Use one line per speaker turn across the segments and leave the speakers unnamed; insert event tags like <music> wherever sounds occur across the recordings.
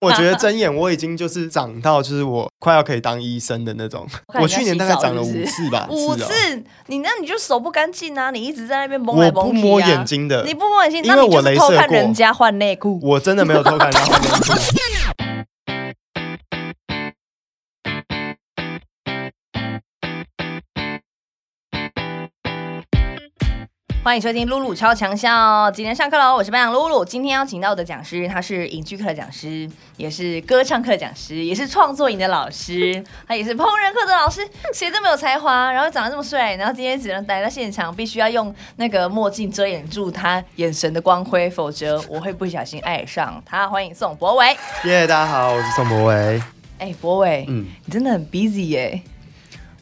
<laughs> 我觉得睁眼我已经就是长到就是我快要可以当医生的那
<laughs>
种。我去年大概长了五次吧，
五
次哦。
次，你那你就手不干净啊！你一直在那边蒙来
我
蒙
不
去、啊、
摸眼，睛的
你，不摸眼睛，
因为
那你就
我
是
镭
偷
射
看
过
人家换内裤。
我真的没有偷看到他
<laughs>
们做。
欢迎收听露露超强笑，今天上课喽！我是班长露露，今天邀请到的讲师，他是影剧课的讲师，也是歌唱课的讲师，也是创作营的老师， <laughs> 他也是烹饪课的老师，谁这么有才华，然后长得这么帅，然后今天只能来到现场，必须要用那个墨镜遮掩住他眼神的光辉，否则我会不小心爱上他。欢迎宋博伟。
耶大家好，我是宋博维。
哎、博伟，
嗯
你真的很 busy 耶、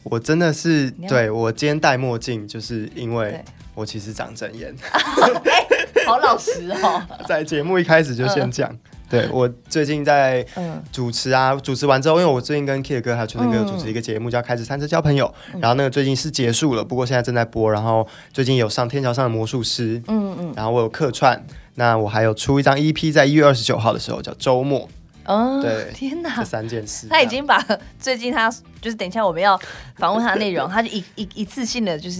我真的是
你要
对我今天戴墨镜，就是因为
对
我其实长真眼，
<laughs> 好老实哦。
在节目一开始就先讲。对我最近在
嗯，
主持啊，主持完之后，因为我最近跟 Kid 哥还有秋天哥
嗯
主持一个节目，叫《开始三车交朋友》，然后那个最近是结束了，不过现在正在播。然后最近有上《天桥上的魔术师》，嗯嗯，然后我有客串，那我还有出一张 EP，在一月二十九号的时候叫《周末
<laughs> 哦
对
天》
这
哪！
三件事。
他已经把 <laughs> 最近他就是等一下我们要访问他的内容，他就一 <laughs> 一一次性的就是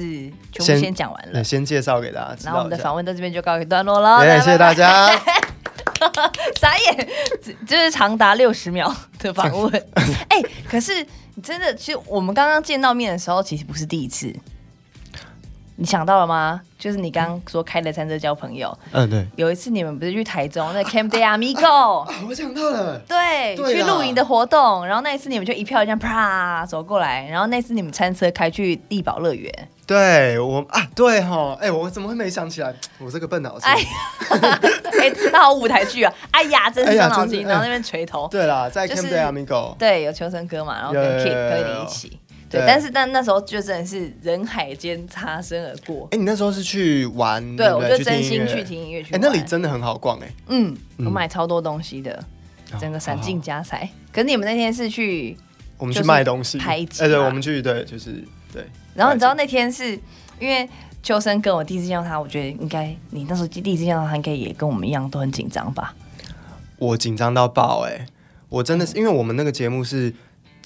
全
先
部先讲完
那
了，
先介绍给大嗯家知
然后
道
我们
一
的
下。
访问到这边就告一段落了。
耶，谢谢大
家，
家。
<laughs> 傻眼，这这是长达六十秒的访
<laughs>
问。哎、可是你真的，其实我们刚刚见到面的时候，其实不是第一次。你想到了吗？就是你刚刚说开了餐车交朋友，
嗯，对，
有一次你们不是去台中那 Camp
<laughs>
Day Amigo，
啊，我想到了，
对，
对啊
去
啦
露营的活动，然后那一次你们就一票这样啪走过来，然后那次你们餐车开去地堡乐园，
<laughs> 对我啊，对哈，哎，我怎么会没想起来？我这个笨脑筋。
哎哎、那好舞台剧啊，哎呀，真是
哎呀
伤脑
真
筋，
是
然后那边垂头，
对啦，在
就
Camp
是
Day 啊 Amigo，
对，有求生哥嘛，然后跟
有有
Kid
有有
跟你一起，对，
对
但是但那时候就真的是人海间擦身而过，
哎，你那时候是去玩？
对
不
我就
听
真
音
心
乐
去听音乐去
哎、
玩，
那里真的很好逛哎、
嗯，
嗯
我买超多东西的，整个散尽家财。可是你们那天是去
我们
就
去
是
卖东西，
排挤
哎、对，
嘛
我们去对，就是对。
然后你知道那天是因为秋生跟我第一次见到他，我觉得应该你那时候第一次见到他，应该也跟我们一样都很紧张吧？
我紧张到爆哎、我真的
嗯
是因为我们那个节目是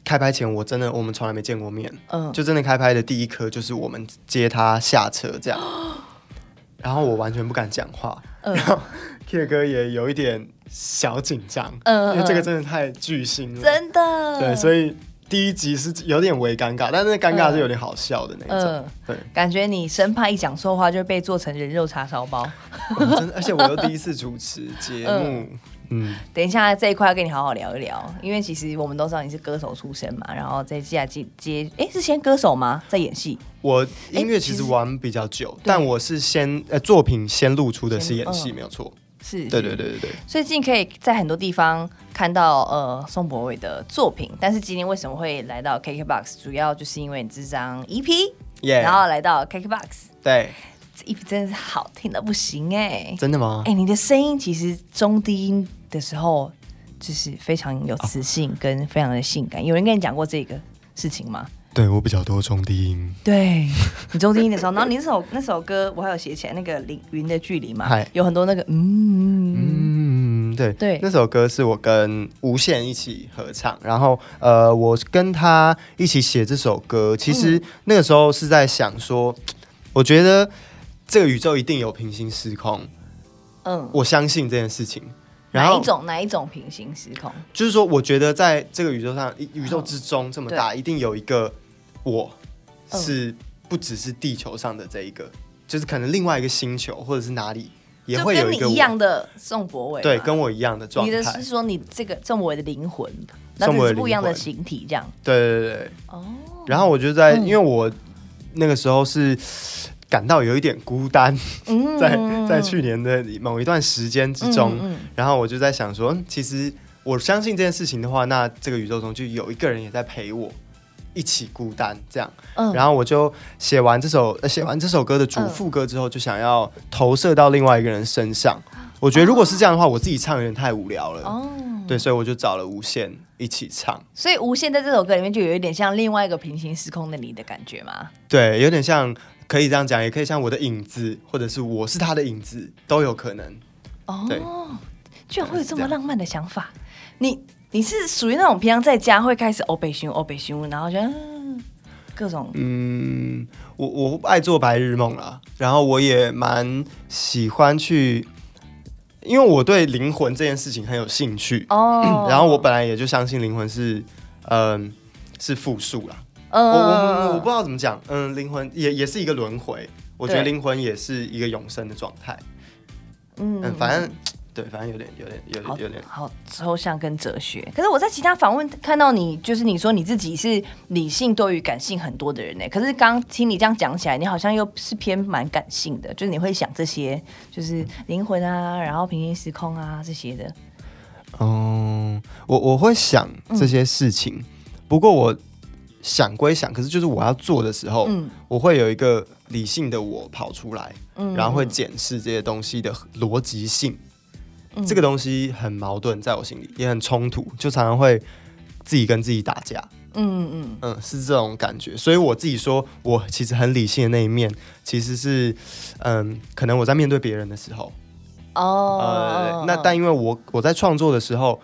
开拍前，我真的我们从来没见过面，
嗯，
就真的开拍的第一刻就是我们接他下车
<gasps>
这样，然后我完全不敢讲话，
嗯
然后 K 哥也有一点小紧张，
嗯嗯
因为这个真的太巨星了，
真的，
对，
以
所以第一集是有点微尴尬，但是那尴尬是有点好笑的那一种，
嗯，
对。
感觉你生怕一讲错话就被做成人肉叉烧包。
我真的，而且我又第一次主持节目，嗯，
等一下这一块要跟你好好聊一聊，因为其实我们都知道你是歌手出身嘛，然后再接下接接，哎，是先歌手吗？在演戏？
我音乐其
其实
实玩比较久，但我是先呃作品先露出的是演戏，
哎嗯
没有错。
是，
对对对对对，
最近可以在很多地方看到呃宋博伟的作品，但是今天为什么会来到 KKBOX，主要就是因为你这张 EP，、
耶
然，后来到 KKBOX，
对，
这 EP 真的是好听的不行哎、
真的吗
哎、？你的声音其实中低音的时候就是非常有磁性跟非常的性感，有人跟你讲过这个事情吗？
对我比较多中低音，
对你中低音的时候，然后你那首那首歌我还有写起来，那个凌云的距离嘛
嗨，
有很多那个嗯
嗯，对
对
那首歌是我跟无限一起合唱，然后呃，我跟他一起写这首歌，其实
嗯
那个时候是在想说，我觉得这个宇宙一定有平行时空，
嗯，
我相信这件事情。然
哪
后
一种哪一种平行时空？
就是说，我觉得在这个宇宙上，宇宇宙之中这么大，一定有一个我
嗯
是不只是地球上的这一个，就是可能另外一个星球或者是哪里也
就
会有
跟
一
你
个我
一样的宋博伟嘛，
对，跟我一样的状
你的
态
是。说你这个宋博伟的灵魂，那
宋
只
博伟
是
的
不一样的
灵魂
形体这样。
对对对对。
哦，
然后我就在，
嗯
因为我那个时候是感到有一点孤单，
嗯
在在去年的某一段时间之中，
嗯嗯
然后我就在想说，嗯其实我相信这件事情的话，那这个宇宙中就有一个人也在陪我一起孤单这样。
嗯
然后我就写完这首呃写完这首歌的主副歌之后，就想要投射到另外一个人身上。我觉得如果是这样的话，我自己唱有点太无聊了。
哦，
对，所以我就找了无限一起唱。
所以《无限》在这首歌里面就有一点像另外一个平行时空的你的感觉嘛。
对，有点像可以这样讲，也可以像我的影子，或者是我是他的影子，都有可能。
哦
对，
居然会有这么
对是这
浪漫的想法，你你是属于那种平常在家会开始欧北巡欧北巡，然后觉得、嗯各种
嗯，我我爱做白日梦啦，然后我也蛮喜欢去，因为我对灵魂这件事情很有兴趣，，
哦
然后我本来也就相信灵魂是，嗯、是复数啦。
嗯
我我我我不知道怎么讲，嗯，灵魂也也是一个轮回，我觉得
对
灵魂也是一个永生的状态。嗯，
嗯
反正对，反正有点有点有
好
点有点，
好抽象跟哲学。可是我在其他访问看到你，就是你说你自己是理性多于感性很多的人呢。可是刚听你这样讲起来，你好像又是偏蛮感性的，就是你会想这些，就是灵魂啊，然后平行时空啊这些的。
嗯，我我会想
嗯
这些事情，不过我想归想，可是就是我要做的时候，
嗯
我会有一个理性的我跑出来，
嗯
然后会检视这些东西的逻辑性。
嗯
这个东西很矛盾，在我心里也很冲突，就常常会自己跟自己打架。
嗯嗯
嗯，是这种感觉。所以我自己说，我其实很理性的那一面，其实是，嗯，可能我在面对别人的时候，
哦
呃，，那但因为我我在创作的时候，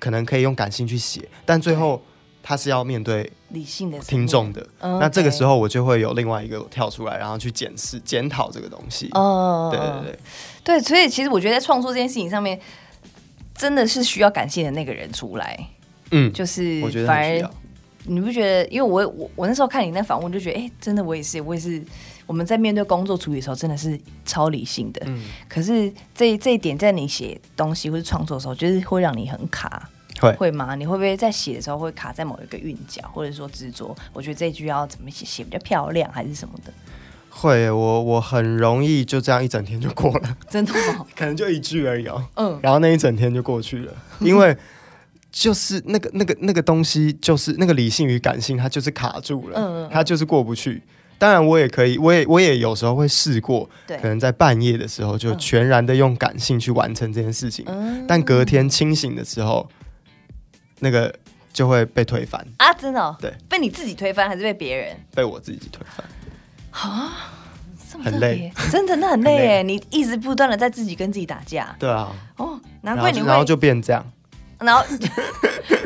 可能可以用感性去写，但最后他是要面对
理性的层
听
面
众，的。
嗯
那这个
OK
时候我就会有另外一个跳出来，然后去检视、检讨这个东西。
哦，
对对对，
对，所以其实我觉得在创作这件事情上面，真的是需要感性的那个人出来，
嗯，
就是
我觉得
反
很需
而
要。
你不觉得？因为我我我那时候看你那访问，就觉得哎、诶真的我也是，我也是。我们在面对工作处理的时候，真的是超理性的。
嗯，
可是这这一点，在你写东西或是创作的时候，就是会让你很卡，
会
会吗？你会不会在写的时候会卡在某一个韵脚，或者说执着？我觉得这一句要怎么写写比较漂亮，还是什么的？
会，我我很容易就这样一整天就过了， <laughs>
真的吗？
可能就一句而已哦。
嗯，
然后那一整天就过去了，因为就是那个那个那个东西，就是那个理性与感性，它就是卡住了，
嗯嗯嗯
它就是过不去。当然，我也可以，我也我也有时候会试过，
对
可能在半夜的时候就全然的用感性去完成这件事情，
嗯
但隔天清醒的时候，那个就会被推翻，
啊，真的、哦，
对，
被你自己推翻还是被别人？
被我自己推翻。
这么
很
特别
累，
真的那很累
很累
耶！你一直不断的在自己跟自己打架
对啊，
哦，难
然
怪
后
你
就
会
然后就变这样。
然后 <laughs>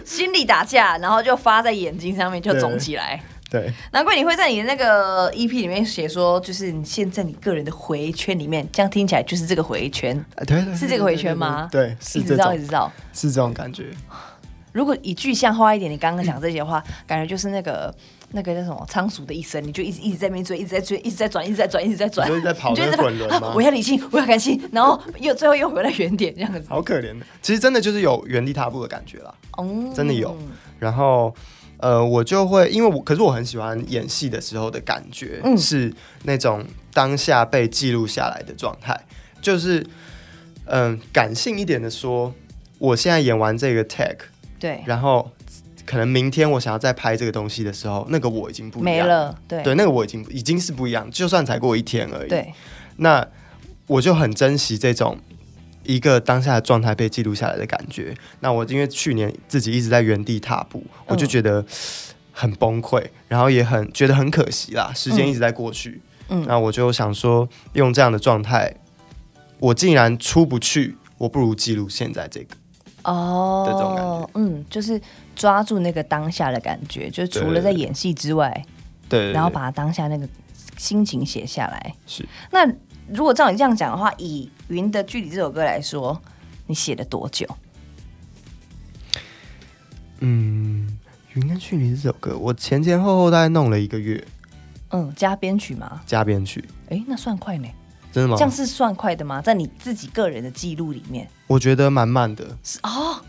心里打架，然后就发在眼睛上面，就肿起来。
对，
难怪你会在你的那个 EP 里面写说，就是你现在你个人的回圈里面，这样听起来就是这个回圈，
啊对对对
是这个回圈吗
对，对
一
是
直
这
到一
种，
直到。
是这种感觉。
如果以具象化一点，你刚刚讲这些话，感觉就是那个那个叫什么仓鼠的一生，你就一直一直在那边追，一直在追，一直在转，一直在转，一直在转，
你就一直在跑
你就一直
那个滚轮
啊
吗
<laughs> 我要理性，我要感性，然后又最后又回到原点这样子。
好可怜的，其实真的就是有原地踏步的感觉啦。
哦
真的有然后，呃，我就会因为我，可是我很喜欢演戏的时候的感觉，
嗯
是那种当下被记录下来的状态。就是，嗯、感性一点的说，我现在演完这个 take，
对，
然后可能明天我想要再拍这个东西的时候，那个我已经不一
没
样，
了，对
对，那个我已经已经是不一样，就算才过一天而已。
对，
那我就很珍惜这种一个当下的状态被记录下来的感觉。那我因为去年自己一直在原地踏步，
嗯
我就觉得很崩溃，然后也很觉得很可惜啦，时间一直在过去。
嗯
那我就想说，用这样的状态，我竟然出不去，我不如记录现在这个。
哦
的这种感觉，
嗯，就是抓住那个当下的感觉，就是除了在演戏之外，
对对对
然后把它当下那个心情写下来。
是
那如果照你这样讲的话，以《云的距离》这首歌来说，你写了多久？
嗯，《云跟去离》这首歌，我前前后后大概弄了一个月
嗯，加编曲吗？
加编曲，
诶，那算快呢？
真的吗
这？样是算快的吗？在你自己个人的记录里面
我觉得蛮慢的，
是哦，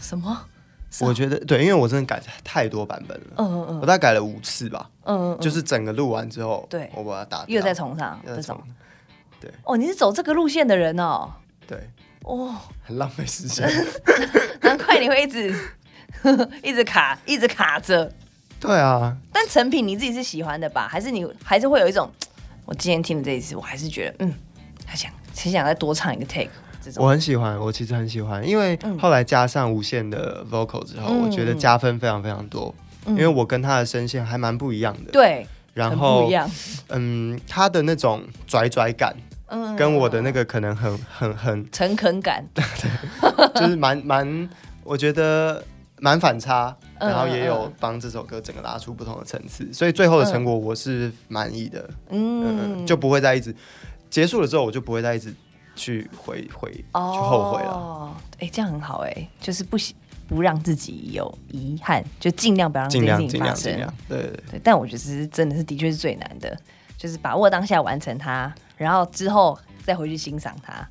什么？是啊
我觉得对，因为我真的改太多版本了，
嗯嗯
我
嗯
大概改了五次吧，
嗯嗯，
就是整个录完之后，
对
我把它打掉
又在重上
又
这
在
种
重。，
哦，你是走这个路线的人哦。
对，
哦，
很浪费时间。 <laughs>
难怪你会一直 <laughs> 一直卡，一直卡着。
对啊，
但成品你自己是喜欢的吧？还是你还是会有一种，我今天听了这一次，我还是觉得，嗯，还想还想再多唱一个 take 这种。
我很喜欢，我其实很喜欢，因为
嗯
后来加上无限的 vocal 之后，
嗯
我觉得加分非常非常多，
嗯
因为我跟他的声线还蛮不一样的。
对，
然
很不
后
一，样，
嗯，他的那种拽拽感，
嗯
跟我的那个可能很很很，
<laughs> 诚恳感，
就是蛮蛮我觉得蛮反差，
嗯
然后也
嗯
有帮这首歌整个拉出不同的层次，所以最后的成果我是满意的，嗯，
嗯，
就不会再一直结束了之后，我就不会再一直去回回去
哦，
后悔了。
哎、这样很好哎、就是不喜不让自己有遗憾，就尽量不要让这
尽
件
量
事情
尽
发
量
生
尽。量，对对对，
对，但我觉得这是真的是的确是最难的，就是把握当下完成它，然后之后再回去欣赏它，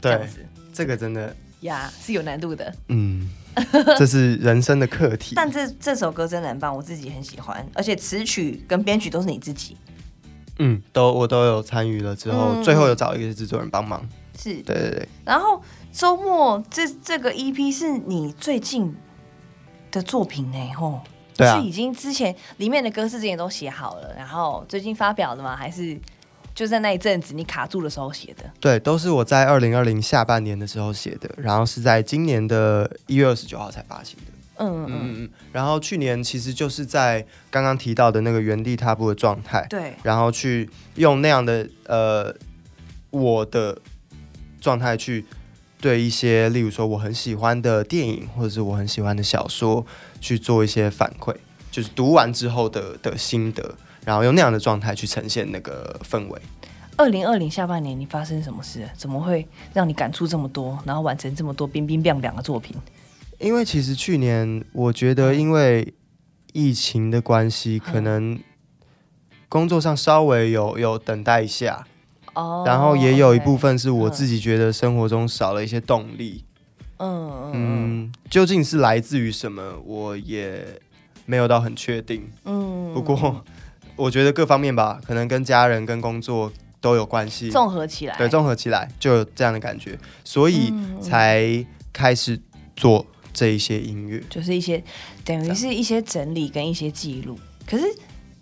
这样
对
子
这个真的，
呀是有难度的。 <laughs>
嗯，这是人生的课题。
但这这首歌真的很棒，我自己很喜欢，而且词曲跟编曲都是你自己。
嗯，都我都有参与了之后，
嗯
最后有找一个制作人帮忙。
是，
对对对，
然后周末这这个 EP 是你最近的作品呢，吼，
对啊
是已经之前里面的歌是之前都写好了，然后最近发表的吗？还是就在那一阵子你卡住的时候写的？
对，都是我在二零二零下半年的时候写的，然后是在今年的一月二十九号才发行的。
嗯嗯，
嗯嗯，然后去年其实就是在刚刚提到的那个原地踏步的状态，
对，
然后去用那样的呃我的状态去对一些，例如说我很喜欢的电影或者是我很喜欢的小说去做一些反馈，就是读完之后的的心得，然后用那样的状态去呈现那个氛围。
二零二零下半年你发生什么事？怎么会让你感触这么多，然后完成这么多冰冰亮亮的作品？
因为其实去年我觉得
嗯
因为疫情的关系，可能工作上稍微有有等待一下，
哦
然后也有一部
OK
分是我自己觉得生活中少了一些动力，
嗯嗯嗯
嗯，究竟是来自于什么，我也没有到很确定。
嗯，
不过 <laughs> 我觉得各方面吧，可能跟家人、跟工作都有关系，
综合起来，嗯
对，综合起来就有这样的感觉，所以才开始做这一些音乐。
就是一些等于是一些整理跟一些记录。可是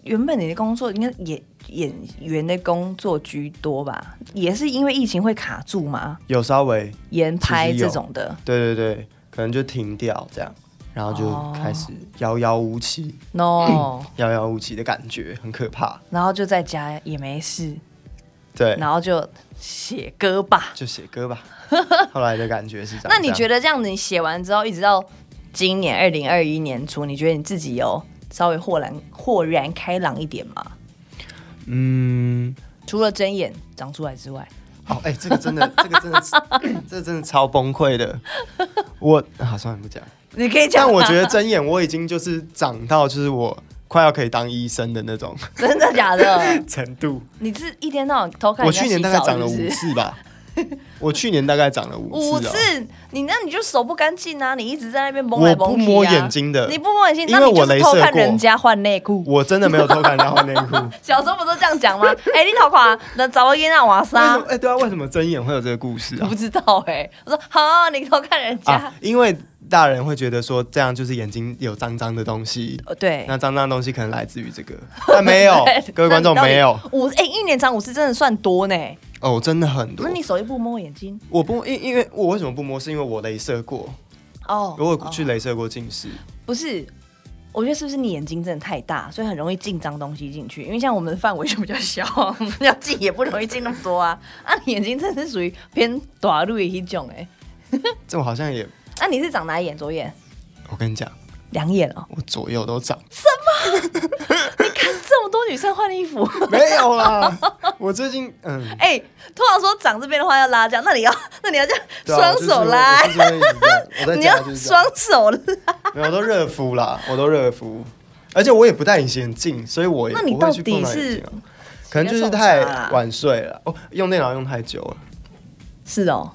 原本你的工作应该演演员的工作居多吧？也是因为疫情会卡住吗？
有稍微，
延
其
拍
实
这
有
种的
对对对，可能就停掉这样，然后
哦
就开始遥遥无期，
，no，
遥遥无期的感觉很可怕。
<clears throat> 然后就在家也没事，
对，
然后就写歌吧。
就写歌吧。 <laughs> 后来的感觉是这样。
那你觉
得？
得这样子，你写完之后，一直到今年二零二一年初，你觉得你自己有稍微豁然豁然开朗一点吗？
嗯，
除了睁眼长出来之外，
哦，哎、这个真
<laughs>
的，这个真的是，这个真的超崩溃的。我啊，算了，不讲。
你可以讲
但
啊，
我觉得睁眼，我已经就是长到就是我快要可以当医生的那种
<laughs> 真的假的？
程度。
你是一天到晚偷看
我
人家
去
洗澡
年大概长了
是不
五
是
次吧。我去年大概长了五
五
次、哦。
次，你那你就手不干净啊！你一直在那边蒙来
我
蒙
不
去、啊、
摸眼，睛的
你，不摸眼睛，
因为
那你就
我
是
镭
偷
射
看
过
人家换内裤。
我真的没有偷看他换内裤。
小时候不都这样
<laughs>
讲吗？哎、你头垮，那找个烟让娃
为什
杀
么？哎、，对啊，为什么睁眼会有这个故事
<laughs> 我
啊
不？知道哎、我说好，你偷看人家，
啊，因为大人会觉得说这样就是眼睛有脏脏的东西，
呃对，
那脏脏的东西可能来自于这个，但没有
<laughs> 对，
各位观众
那你到底
没有
五哎、一年长五次真的算多呢。
哦，真的很多
那。你手又不摸眼睛
我不因因为我为什么不摸，是因为我镭射过，
哦？
我有
哦
去镭射过近视，
不是，我觉得是不是你眼睛真的太大，所以很容易进脏东西进去？因为像我们的范围就比较小，我们要进也不容易进那么多啊。啊，你眼睛真的是属于偏短路的一种哎、
这我好像也，
那、你是长哪一眼？左眼？
我跟你讲，
两眼哦、
我左右都长，
看这么多女生换衣服， <laughs>
没有啦。我最近嗯，
哎、通常说长这边的话要拉这样，那你要那你要这样
对啊
双手拉，
我就是会我就是会一直这样我在
你
家
要
就是这
双
样，
手拉。
没有，我都热敷啦，我都热敷，而且我也不戴隐形眼镜，所以我也
那你
不会去
到底
碰到眼
是
睛啊可能就是太晚睡了，哦，用电脑用太久了，
是哦、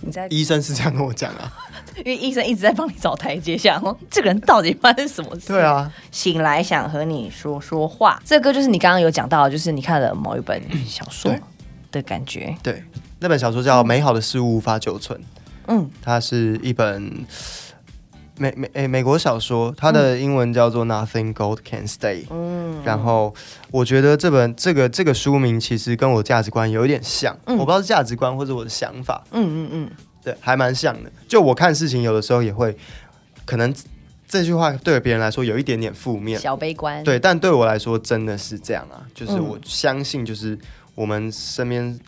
你在，
医生是这样跟我讲啊，
因为医生一直在帮你找台阶下，哦这个人到底发生什么事？
对啊，
醒来想和你说说话。这歌就是你刚刚有讲到，就是你看了某一本小说
对
的感觉。
对，那本小说叫《美好的事物无法久存》，
嗯，
它是一本美美诶美国小说，它的英文叫做《Nothing Gold Can Stay》。嗯，然后我觉得这本这个这个书名其实跟我价值观有一点像，我不知道是价值观或者我的想法，
嗯嗯嗯，
对，还蛮像的。就我看事情有的时候也会，可能这句话对别人来说有一点点负面，
小悲观。，
对，但对我来说真的是这样啊，
嗯
就是我相信，就是我们身边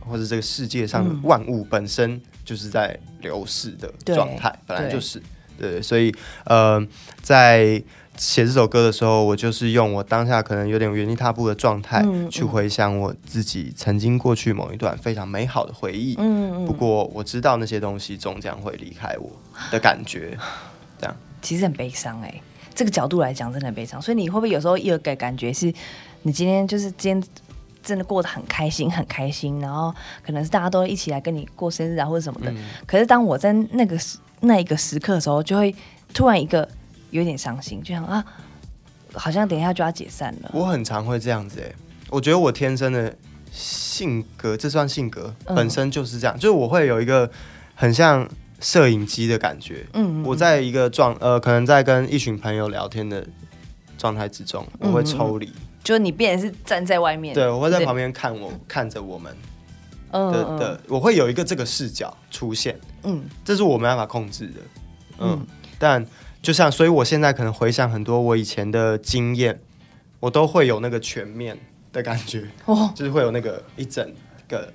或者这个世界上的万物本身就是在流逝的
嗯对
状态，本来
对
就是对，所以呃，在写这首歌的时候，我就是用我当下可能有点原地踏步的状态，
嗯
去回想我自己曾经过去某一段非常美好的回忆。
嗯
不过我知道那些东西终将会离开我的感觉，这样。
其实很悲伤哎、这个角度来讲真的很悲伤。所以你会不会有时候也有个感觉是，你今天就是今天真的过得很开心，很开心，然后可能是大家都一起来跟你过生日啊或者什么的。
嗯
可是当我在那个时那一个时刻的时候，就会突然一个有点伤心，就想啊，好像等一下就要解散了。
我很常会这样子哎、我觉得我天生的性格，这算性格
嗯
本身就是这样，就是我会有一个很像摄影机的感觉。
嗯，
我在一个状呃，可能在跟一群朋友聊天的状态之
嗯
中，我会抽离，
就是你变成是站在外面，
对我会在旁边看我看着我们
嗯
的的，我会有一个这个视角出现，
嗯
这是我没办法控制的，嗯，
嗯
但就像，所以我现在可能回想很多我以前的经验，我都会有那个全面的感觉，
哦，
就是会有那个一整个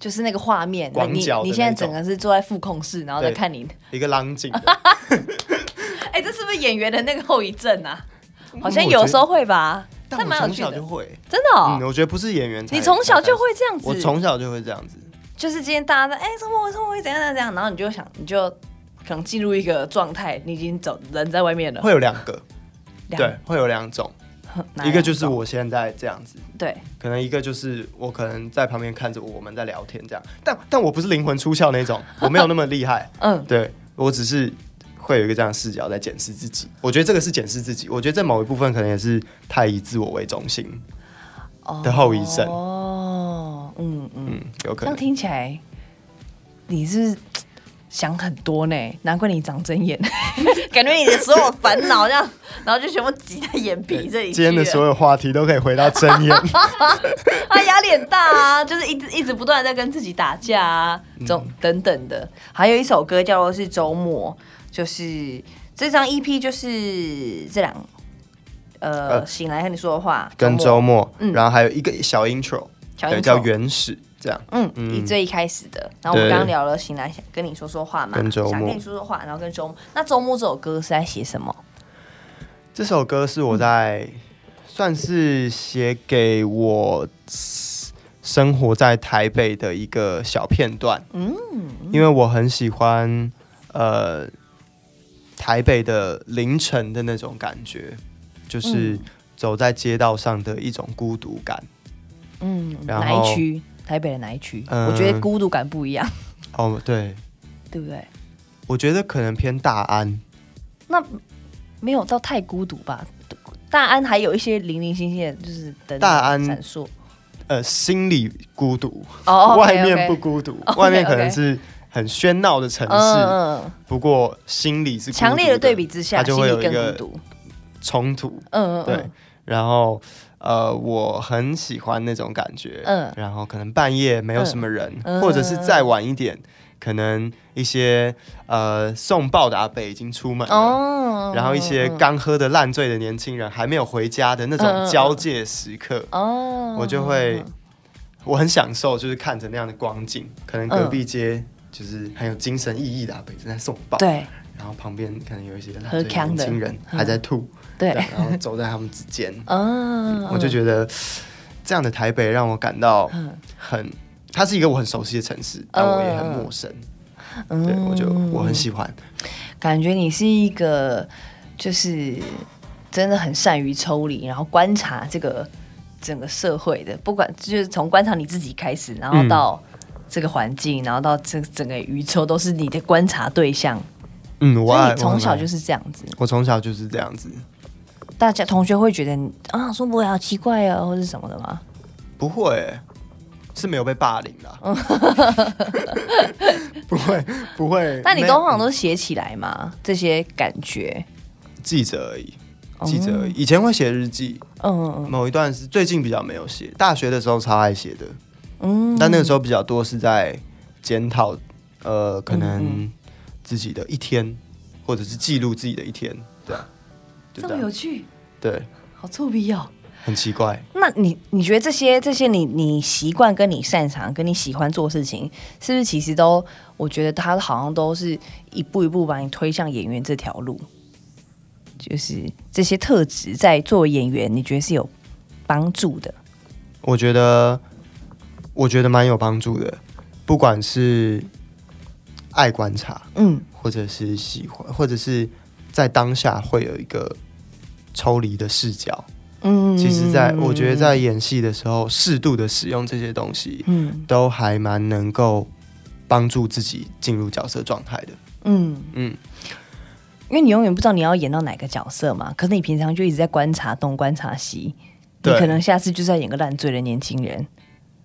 就是那个画面，
广
你
角的
你现在
那种
整个是坐在副控室，然后再
对
看你
一个浪景的，
哎、这是不是演员的那个后遗症啊？ <laughs> 好
我
像
觉
有
得
时候会吧，
但
但
嗯我
蛮有
从
趣
小就
的，
会，
真的、哦
嗯，我觉得不是演员才，
你从小就
才开
会这样
始，
子，
我从小就会这样子，
就是今天大家在哎、怎么我怎么会怎样怎样怎样，然后你就想，你就可能进入一个状态，你已经走人在外面了，
会有两个，
两
对，，会有两种，
哪
一
两
个就是
种
我现在这样子，
对，
可能一个就是我可能在旁边看着我们在聊天这样，但但我不是灵魂出窍那
<laughs>
种，我没有那么厉害，
嗯，
对我只是会有一个这样的视角在检视自己。我觉得这个是检视自己，我觉得在某一部分可能也是太以自我为中心，
哦
的后遗症
哦，嗯嗯，
嗯，有可
这
能。
样听起来你是嘖想很多 <laughs> 呢，难怪你长针眼， <laughs> 感觉你的所有烦恼这样，然后就全部挤在眼皮 <laughs> 这里去了。
今天的所有话题都可以回到真
<laughs>
言，
他压力很大啊，就是一直一直不断地在跟自己打架啊，这种等等的。还有一首歌叫做是周末，就是这张 EP 就是这两呃
呃
醒来和你说的话
跟周末，
嗯
然后还有一个小 intro，
小
对，
英
叫
雄
原始，这样。
嗯，
嗯
以最一开始的，然后我们
对
刚刚聊了，醒来想跟你说说话嘛，
跟周
想
末
跟你说说话，然后跟周末。那周末这首歌是在写什么？
这首歌是我在、算是写给我生活在台北的一个小片段，
嗯，
因为我很喜欢呃台北的凌晨的那种感觉，就是
嗯
走在街道上的一种孤独感。
嗯，
然
哪
后
一区？台北的哪一区？
嗯
我觉得孤独感不一样，
哦，对，
对不对？
我觉得可能偏大安，
那没有到太孤独吧？大安还有一些零零星星的，就是灯
大安
闪烁
呃，心里孤独
哦，OK，OK 哦
外面不孤独
OK，OK
外面可能是很喧闹的城市，
嗯
不过心里是孤独
强烈的对比之下，
它就
心
会
里
有一
更孤
个
独。
冲突。
嗯
对，
嗯
然后呃，我很喜欢那种感觉，
嗯
然后可能半夜没有什么人，
嗯
或者是再晚一点，可能一些呃送报的阿伯已经出门
嗯，
了。
哦
然后一些刚喝的烂醉的年轻人还没有回家的那
嗯嗯
种
嗯
交界时刻，
哦
我就会我很享受，就是看着那样的光景。可能隔壁街就是很有精神奕奕的阿伯正在送报，
嗯对
然后旁边可能有一些烂
喝
醉的
呛
年
的
轻人
嗯
还在吐，
对
这，样然后走在他们之间，
<laughs> 嗯，
我就觉得这样的台北让我感到
嗯
很，它是一个我很熟悉的城市，但我也很陌生。
嗯
对，我就我很喜欢。
感觉你是一个就是真的很善于抽离，然后观察这个整个社会的，不管就是从观察你自己开始，然
嗯
后到这个环境，然后到这整个宇宙都是你的观察对象。
嗯，我
所以
爱
你从小就是是这样子，
我从小就是这样子，
大家同学会觉得你啊，说我好奇怪啊，或是什么的吗？
不会、是没有被霸凌啦。
嗯
<laughs> 不会不会，
但你
没
通常都写起来嘛，这些感觉，
记者而已。
哦
记者而已，以前会写日记，
嗯
某一段是最近比较没有写，大学的时候超爱写的，
嗯，
但那个时候比较多是在检讨，呃，可
嗯
能自己的一天，或者是记录自己的一天，对啊，就
这
这
么
样
有，趣，
对，
好臭逼哦！
很奇怪。
那你你觉得这些这些你你习惯跟你擅长跟你喜欢做事情，是不是其实都我觉得他好像都是一步一步把你推向演员这条路，就是这些特质在作为演员，你觉得是有帮助的？
我觉得，我觉得蛮有帮助的，不管是爱观察，
嗯，
或者是喜欢，或者是在当下会有一个抽离的视角。
嗯
其实在，我觉得在演戏的时候，适度的使用这些东西，
嗯
都还蛮能够帮助自己进入角色状态的。
嗯嗯
嗯，
因为你永远不知道你要演到哪个角色嘛，可是你平常就一直在观察东观察西，你
对
可能下次就是要演个烂醉的年轻人，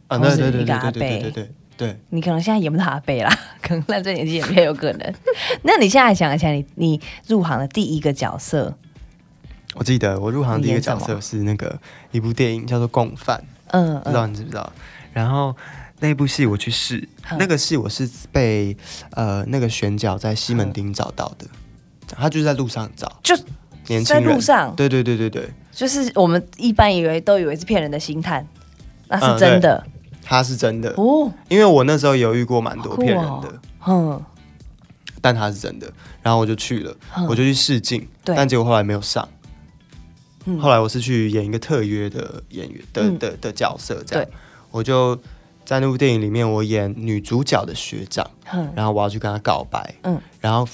啊，
同
对
时
对
一
对
个
对
阿
对
贝
对对对对。
你可能现在演不到阿贝啦， <laughs> 可能烂醉年纪也比较有可能。那你现在想一下你，你入行的第一个角色，
我记得我入行第一个角
你演什
色是那个一部电影叫做《共犯》，
嗯
不知道
嗯，
你知不知道？然后那部戏我去试
嗯，
那个戏我是被呃那个选角在西门町找到的，他就是在路上找，
嗯就
年轻
在
人
路上，
对对对对对，
就是我们一般以为都以为是骗人的星探，那是
嗯
真的、
他是真的，
哦，
因为我那时候有遇过蛮多
好酷
骗人
哦
的，
嗯，
但他是真的，然后我就去了，
嗯
我就去试镜，
对
但结果后来没有上。
嗯
后来我是去演一个特约的演员的、
嗯
的的角色，这样
对，
我就在那部电影里面，我演女主角的学长，
哼
然后我要去跟他告白，
嗯
嗯，然后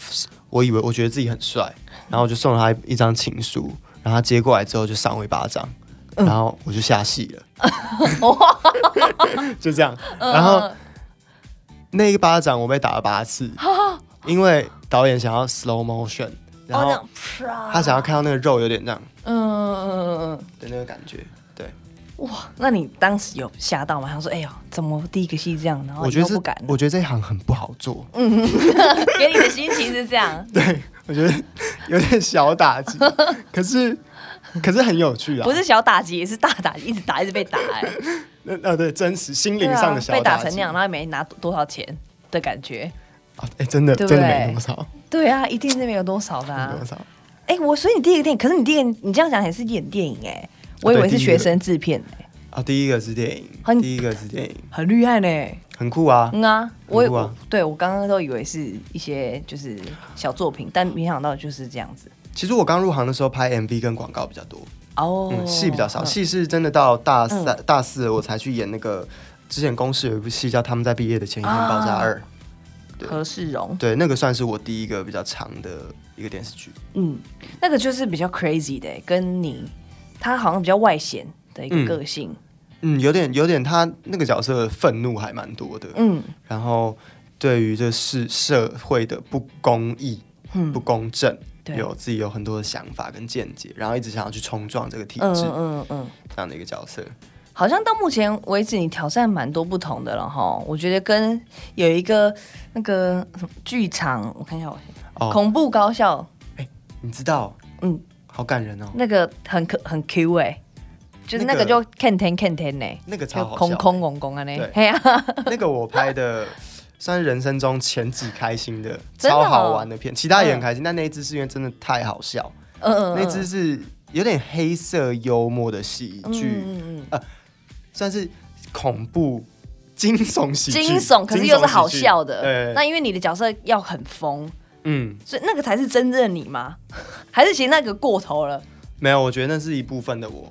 我以为我觉得自己很帅，然后我就送了他一一张情书，然后他接过来之后就赏我一巴掌，
嗯
然后我就下戏
<laughs>
了， <laughs> 就这样，
嗯
然后那一巴掌我被打了八
<laughs>
次，因为导演想要 slow motion，然
哦那
后
样啪
他想要看到那个肉有点这样
嗯嗯嗯嗯嗯。
的那个感觉，对。
那你当时有吓到吗？想说，哎呦，怎么第一个戏这样？然后
我觉得
以后
这
哦不敢嗯了，
我觉得这一行很不好做，
<laughs> 给你的心情是这样。
<laughs> 对我觉得有点小打
<laughs>
击，可是可是很有趣啊，
不是小打击，也是大打击，一直打，一
<laughs>
直被打、哎，
那呃对真实心
对
灵上的
啊、
小
被打
击
成那样，然后也没拿多多少钱的感觉。
啊，哎真的
对
真
不对
的没多少，
对啊，一定是没有多少的、
没
啊
多。少，
哎、我所以你第一个电影，可是你第一个，你这样讲也是演电影哎、我以为是学生制片哎、
啊，第一个是电
很
影，第一个是电影，
很厉害呢、
很酷啊，
嗯啊，我
很酷啊
我对我刚刚都以为是一些就是小作品，但没想到就是这样子
其实我刚入行的时候拍 MV 跟广告比较多，
哦。
嗯，戏比较少，
嗯
戏是真的到大三、大四我才去演那个，之前公司有一部戏叫《他们在毕业的前一天
啊
爆炸二》，对
嗯何世荣，
对，那个算是我第一个比较长的一个电视剧，
嗯，那个就是比较 crazy 的、跟你他好像比较外显的一个
嗯
个性，
嗯，有点有点他那个角色的愤怒还蛮多的，
嗯
然后对于这世社会的不公义、
嗯
不公正，
对
有自己有很多的想法跟见解，然后一直想要去冲撞这个体
嗯
制、
嗯嗯，
这样的一个角色，
好像到目前为止你挑战蛮多不同的了哈。我觉得跟有一个那个什么剧场，我看一下我、
哦
恐怖高校
你知道，
嗯
嗯，好感人哦，
那个很可很 Q 哎、就是那
那
个
个
就 can ten can ten 呢、
那个超
就
好笑
空
的
空拱拱啊呢
对，
嘿啊，
那个我拍的算是人生中前几开心的、
真的哦
超好玩的片，其他也很开心，但那一支是因为真的太好笑，
嗯嗯，
那支是有点黑色幽默的喜
嗯
剧，
嗯嗯
算是恐怖惊悚喜剧，
<laughs> 惊悚，可是又是好笑的。
对，
那因为你的角色要很疯，
嗯，
所以那个才是真正的你吗？ <laughs> 还是其实那个过头了？
没有，我觉得那是一部分的我，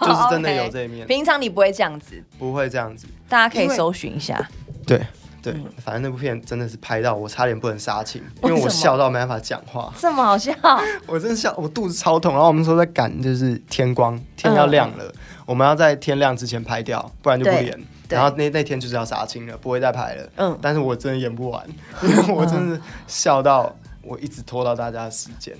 就是真的
<laughs>
有这一面，
平常你不会这样子，
不会这样子。
大家可以
因为
搜寻一下。
对对，反正那部片真的是拍到我差点不能杀青，因
嗯为什么
为我笑到没办法讲话，
这么好笑，
我真的笑，我肚子超痛。然后我们说在赶就是天光，天要亮了，我们要在天亮之前拍掉，不然就不
嗯对
演。
对
然后那那天就是要杀青了，不会再拍了。
嗯
但是我真的演不
<laughs>
完，因为我真的笑到我一直拖到大家的时间。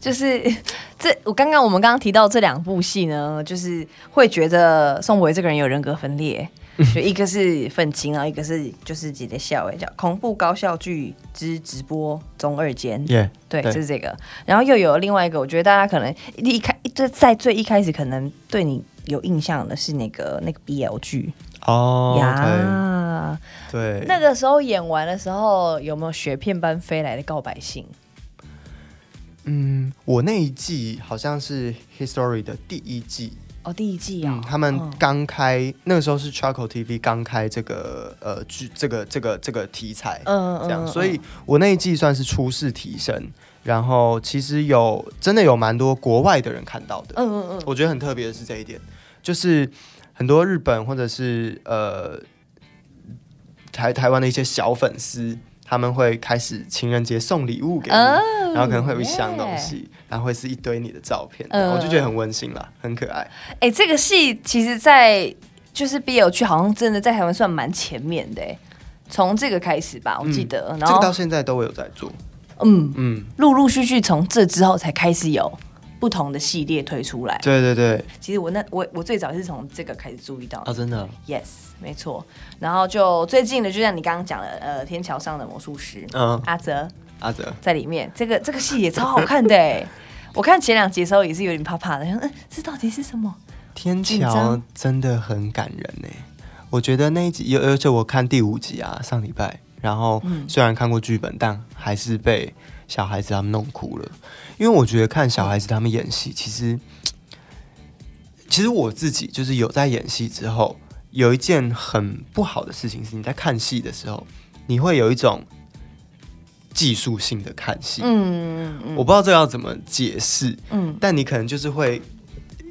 就是 <laughs> 这我刚刚我们刚刚提到这两部戏呢，就是会觉得宋博这个人有人格分裂，
嗯
就一个是愤青，然后一个是就是姐姐笑诶，叫恐怖高校剧之直播中二间。
耶，
对，
嗯对
就是这个。然后又有另外一个，我觉得大家可能一开就在最一开始可能对你有印象的是那个那个 BL 剧
哦
呀。
对，
那个时候演完的时候，有没有雪片般飞来的告白信？
嗯，我那一季好像是 History 的第一季
哦，第一季啊、
嗯，他们
嗯
刚开那个时候是 Charcoal TV 刚开这个呃剧这个这个这个题材，
嗯
这样，所以我那一季算是初试提升，然后其实有真的有蛮多国外的人看到的，
嗯嗯嗯
我觉得很特别的是这一点，就是很多日本或者是呃台台湾的一些小粉丝，他们会开始情人节送礼物给你，
哦
然后可能会有一箱东西，然后会是一堆你的照片，
嗯
我就觉得很温馨啦，很可爱。
哎、这个戏其实在，就是 BL 区好像真的在台湾算蛮前面的、哎从这个开始吧，我记得。
嗯这
然
个
后，
到现在都有在做，
嗯，
嗯，
陆陆续续从这之后才开始有不同的系列推出来。
对对对，
其实我那我我最早是从这个开始注意到的。
啊，真的，
Yes，没错。然后就最近的，就像你刚刚讲的，呃，天桥上的魔术师，
嗯，
阿泽
阿哲，
在里面，这个这个戏也超好看
<laughs>
的、哎我看前两集的时候也是有点怕怕的，想说嗯，这到底是什么？
天
紧
桥
张
真的很感人呢、我觉得那一集，而而且我看第五集啊，上礼拜，然后
嗯
虽然看过剧本，但还是被小孩子他们弄哭了。因为我觉得看小孩子他们演戏，其实，其实我自己就是有在演戏之后，有一件很不好的事情是，你在看戏的时候，你会有一种技术性的看戏。
嗯嗯
我不知道这要怎么解释，
嗯
但你可能就是会，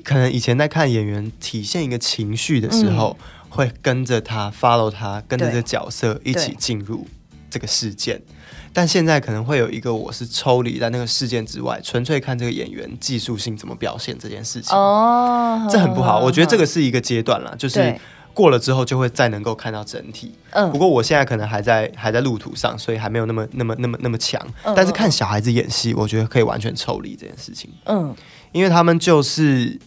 可能以前在看演员体现一个情绪的时
嗯
候，会跟着他 follow 他，跟着这个角色一起进入这个事件。但现在可能会有一个，我是抽离在那个事件之外，纯粹看这个演员技术性怎么表现这件事情，
哦
这很不好。我觉得这个是一个阶段啦，就是
对
过了之后就会再能够看到整体。
嗯
不过我现在可能还在还在路途上，所以还没有那么那么那么那么强
嗯。
但是看小孩子演戏，我觉得可以完全抽离这件事情。
嗯
因为他们就是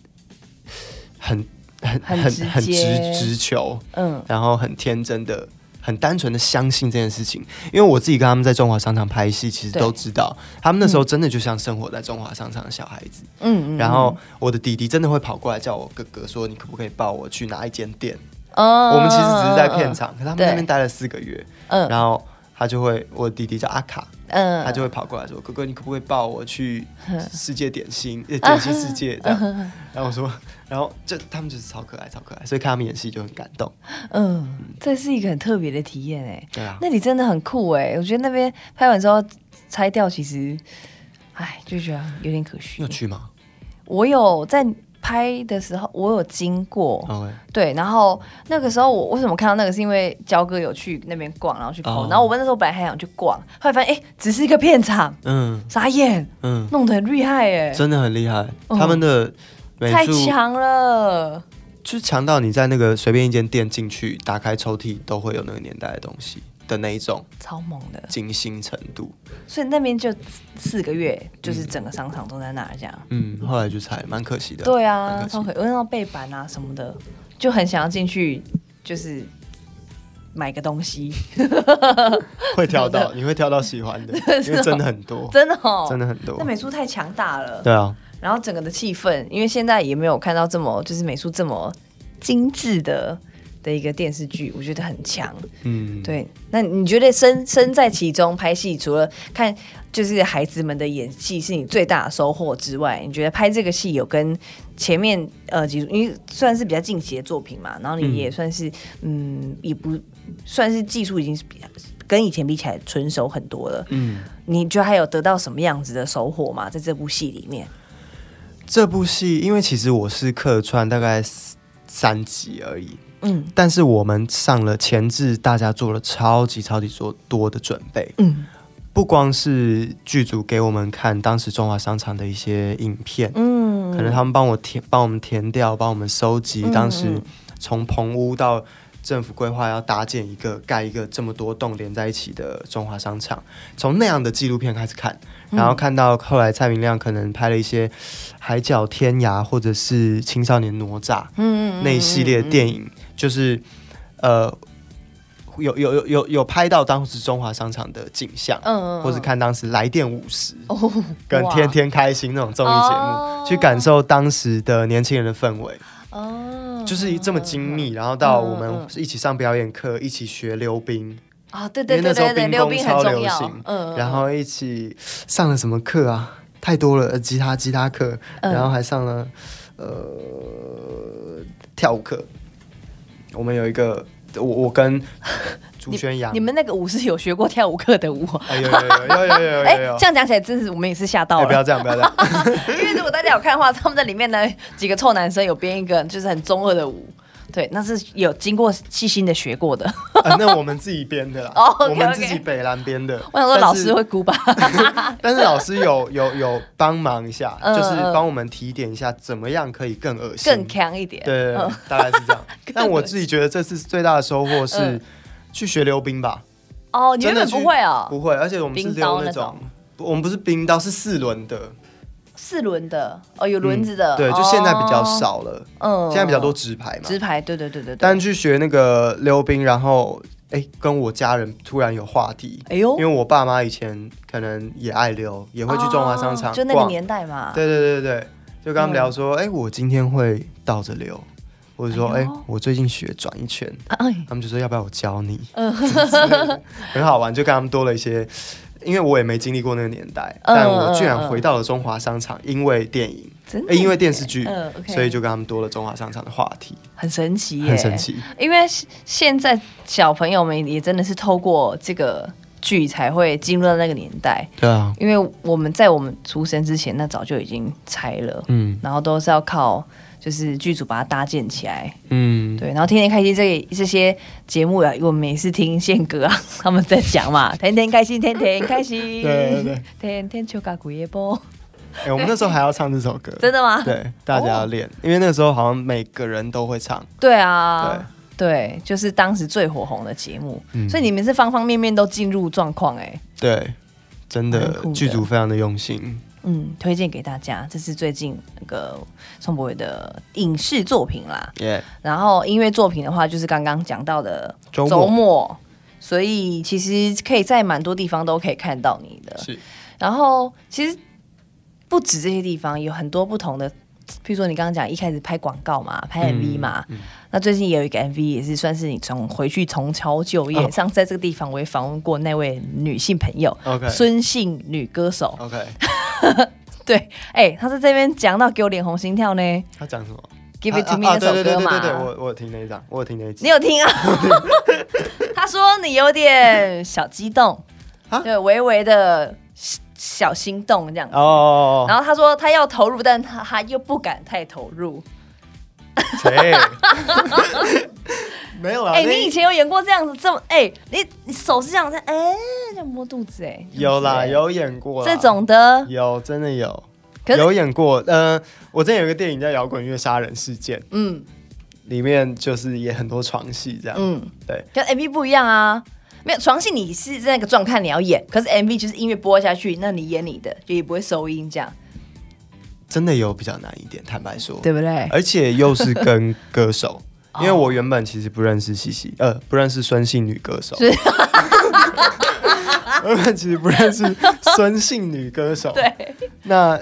很很
很
很
直
很
接
直直球，
嗯
然后很天真的、很单纯的相信这件事情。因为我自己跟他们在中华商场拍戏，其实
对
都知道，他们那时候真的就像生活在中华商场的小孩子。
嗯，
然后我的弟弟真的会跑过来叫我哥哥说：“你可不可以抱我去哪一间店？”
哦
我们其实只是在片，场，可是他们
对
那边待了四个月，
嗯
然后他就会，我弟弟叫阿卡，
嗯
他就会跑过来说：“哥哥，你可不可以抱我去世界点
<laughs>
心？呃，点心世界这样。”
嗯
然后我说，然后就他们就是超可爱，超可爱，所以看他们演戏就很感动。
嗯，这是一个很特别的体验哎，
对啊，
那里真的很酷哎，我觉得那边拍完之后拆掉，其实，哎，就觉得有点可
你
惜
有。去吗？
我有在拍的时候，我有经过，
哦，
对，然后那个时候我为什么看到那个，是因为焦哥有去那边逛，然后去跑，
哦
然后我们那时候本来还想去逛，后来发现哎，只是一个片场，
嗯
傻眼，
嗯，
弄得很厉害哎，
真的很厉害，
嗯
他们的美
太
术
强了。
就是强到你在那个随便一间店进去，打开抽屉都会有那个年代的东西的那一种
超猛的，
精心程度。
所以那边就四个月，就是整个商场都在那儿这样。
嗯，后来就裁，蛮可惜的。
对
蛮
啊，
可惜
超可，我那种背板啊什么的，就很想要进去，就是买个
<laughs>
东西，
会跳
<laughs>
到，你会跳到喜欢的，因为真的很多，
真的哦，
真的很多
那。美术太强大了，
对啊，
然后整个的气氛，因为现在也没有看到这么就是美术这么精致的的一个电视剧，我觉得很强。
嗯，
对，那你觉得身身在其中拍戏，除了看就是孩子们的演戏是你最大的收获之外，你觉得拍这个戏有跟前面呃几因为算是比较近期的作品嘛，然后你也算是嗯也不算是技术已经是比较跟以前比起来纯熟很多了，
嗯。
你觉得还有得到什么样子的收获吗？在这部戏
<laughs>
里面，
这部戏，因为其实我是客串大概三三集而已，
嗯
但是我们上了前置，大家做了超级超级多多的准备，
嗯
不光是剧组给我们看当时中华商场的一些影片，
嗯嗯
可能他们帮我填，帮我们填掉，帮我们收集当时从棚屋到。政府规划要搭建一个、盖一个这么多栋连在一起的中华商场，从那样的纪录片开始看，
嗯
然后看到后来蔡明亮可能拍了一些《海角天涯》或者是《青少年哪吒》
嗯
那一系列电影，就是呃有有有有有拍到当时中华商场的景象，
嗯
或者看当时《来电五十》
哦
跟《天天开心》那种综艺节目，
哦
去感受当时的年轻人的氛围，
哦
就是这么精密，然后到我
嗯
们一起上表演课，一起学溜冰，
啊，对
因
对
为
对
那时
对
候
对，
冰
溜冰
宫
很
超
重
流
要
行，，
嗯，
然后一
嗯
起上了什么课啊？太多了，呃吉他吉他课，然后还上了。跳舞课，我们有一个我我跟朱轩阳
<laughs> 你，们那个舞是有学过跳舞课的舞？哦
哎有有有有有有
<laughs> 哎
有有，，
这样讲起来，真是我们也是吓到
哎不
了。
要这样不要这
<laughs>
样，
因为如果大家有看的话，他们在里面呢几个臭男生有编一个就是很中二的舞，对，那是有经过细心的
<laughs>
学过的。
啊那我们自己编的啦
哦，，OK，OK
我们自己北蓝编的。
我想说老
但是
师会哭吧？ <laughs>
但是老师有有有帮忙一下，
嗯
就是
嗯
帮我们提点一下，怎么样可以更恶心、
更强一点。
对，大概是这
<laughs>
样
更恶心。
但我自己觉得这次最大的收获是
嗯
去学溜冰吧，
哦，你原
真的
本
去
不会哦，
不会，而且我们是
冰刀
溜
那
那
种
种，不我们不是冰刀，是四轮的，
四轮的哦，有轮子
嗯
的。
对，就现在比较，少了，
嗯
现在比较多直排嘛。
直排，对对对对对。
但去学那个溜冰，然后哎、跟我家人突然有话题，
哎呦
因为我爸妈以前可能也爱溜，也会去中华商场
哦就那个
逛，
年代嗯嘛。
对对对对对，就跟他们聊说，哎、我今天会倒着流，或者说，
哎
哎、
呦
我最近学转一圈，
哎，
他们就说要不要我教你，
嗯
之类的很好玩，就跟他们多了一些。因为我也没经历过那个年代，
嗯
但我居然回到了中华商场，因为电影，
真的
哎，因为电视剧
嗯，OK，
所以就跟他们多了中华商场的话题，
很神奇耶，
很神奇。
因为现在小朋友们也真的是透过这个剧才会进入到那个年代，
对啊，
因为我们在我们出生之前，那早就已经拆了，
嗯
然后都是要靠就是剧组把它搭建起来，
嗯，
对，然后天天开心这这些节目啊，我们也是听宪哥啊 <laughs> 他们在讲
<laughs>
嘛，天天开心，天天开心，
对对对，
天天秋嘎古夜波，
哎、我们那时候还要唱这首歌，
真的吗？哦
对，大家要练，因为那个时候好像每个人都会唱，
对啊，对，就是当时最火红的节目，
嗯
所以你们是方方面面都进入状况哎、
对，真
蛮
的
酷的
剧组非常的用心，
嗯，推荐给大家，这是最近那个宋博伟的影视作品啦。
耶、
然后音乐作品的话，就是刚刚讲到的
周末
末所以其实可以在蛮多地方都可以看到你的。
是，
然后其实不止这些地方，有很多不同的，譬如说你刚刚讲一开始拍广告嘛，
嗯
拍 MV 嘛，那最近也有一个 MV 也是算是你从回去重操旧业。
哦
上次在这个地方我也访问过那位女性朋友
OK
孙姓女歌手， <laughs>
OK，
对，哎、她在这边讲到给我脸红心跳呢
他讲什么
，Give it to me、
啊啊啊
那首歌嘛。
对对对对对对，我我有听那一张，我有听那一集
你。有听啊？ <laughs> 他说你有点小激动，
啊
对，微微的小心动这样子。
哦哦哦
然后他说他要投入，但他他又不敢太投入。
哦，谁？ <laughs> 没有啦，
哎、
哦那
你以前有演过这样子这么哎、你你手是这样在哎、这样摸肚子哎、
有啦，
这样子
有演过
哎
啦
这种的，
有真的有
可是
有演过。呃，我之前有一个电影叫《摇滚乐杀人事件》，
嗯
里面就是也很多床戏这样。
嗯，
对，
跟 MV 不一样啊。没有床戏，你是在那个状态你要演，可是 MV 就是音乐播下去，那你演你的，就也不会收音这样，
真的有比较难一点，坦白说，
对不对？
而且又是跟歌
<laughs>
手。
哦
因为我原本其实不认识西西，呃，不认识孙姓女歌手，
是
我 <laughs> 原本其实不认识孙姓女歌手，
对，
那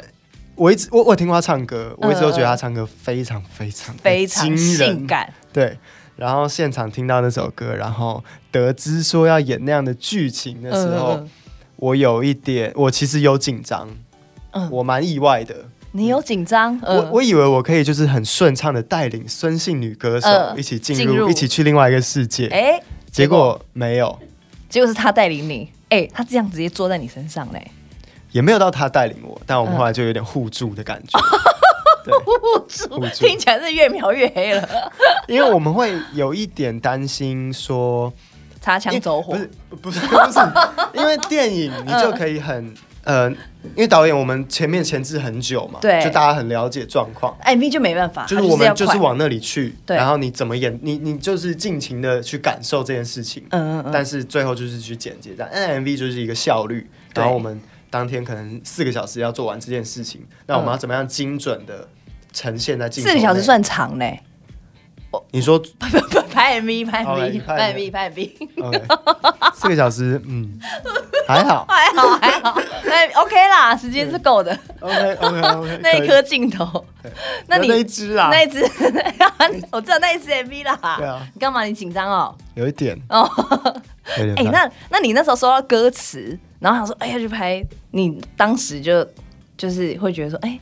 我一直我我听过她唱歌，我一直都觉得
嗯
她
嗯
唱歌非常非常的
非常
惊人
性，感，
对。然后现场听到那首歌，然后得知说要演那样的剧情的时候，
嗯嗯
我有一点，我其实有紧张，
嗯
我蛮意外的。
你有紧张？
我我以为我可以就是很顺畅的带领孙姓女歌手
嗯
一起进
进
入，
入
一起去另外一个世界，
哎、
结果没有，
结果是他带领你，哎、他这样直接坐在你身上嘞，
也没有到她带领我，但我
嗯
们后来就有点互助的
<laughs>
感觉。对，
不
不
住，听起来是越描越黑了，
因为我们会有一点担心说
擦枪走
因
火
为，不是 <laughs> 不是不是，因为电影你就可以很呃，因为导演我们前面前置很久嘛，
对
就大家很了解状况。
哎 MV 就没办法，
就是
他
我
要
们就是
快
往那里去，
对
然后你怎么演，你你就是尽情的去感受这件事情，
嗯嗯嗯
但是最后就是去剪接这样。嗯 MV 就是一个效率，
对
然后我们当天可能四个小时要做完这件事情，那我们要怎么样精准的呈现在镜头？
嗯四个小时？算长嘞， <laughs>
你说
拍 MV 拍
好嘞
MV
拍
拍 MV
MV
拍 MV，
OK，四个小时，嗯，还
<laughs>
好。
<laughs> 还好还好，哎 OK 啦，时间是够的，
OK OK OK，
那一颗镜头，那你
那一只啊，
那一只， <laughs> 我知道那一只 MV 啦，
对啊，
你干嘛你紧张哦？
有一点
哦，
有点
哎、
烦。
那那你那时候收到歌词，然后想说，哎、要去拍，你当时就就是会觉得说，哎、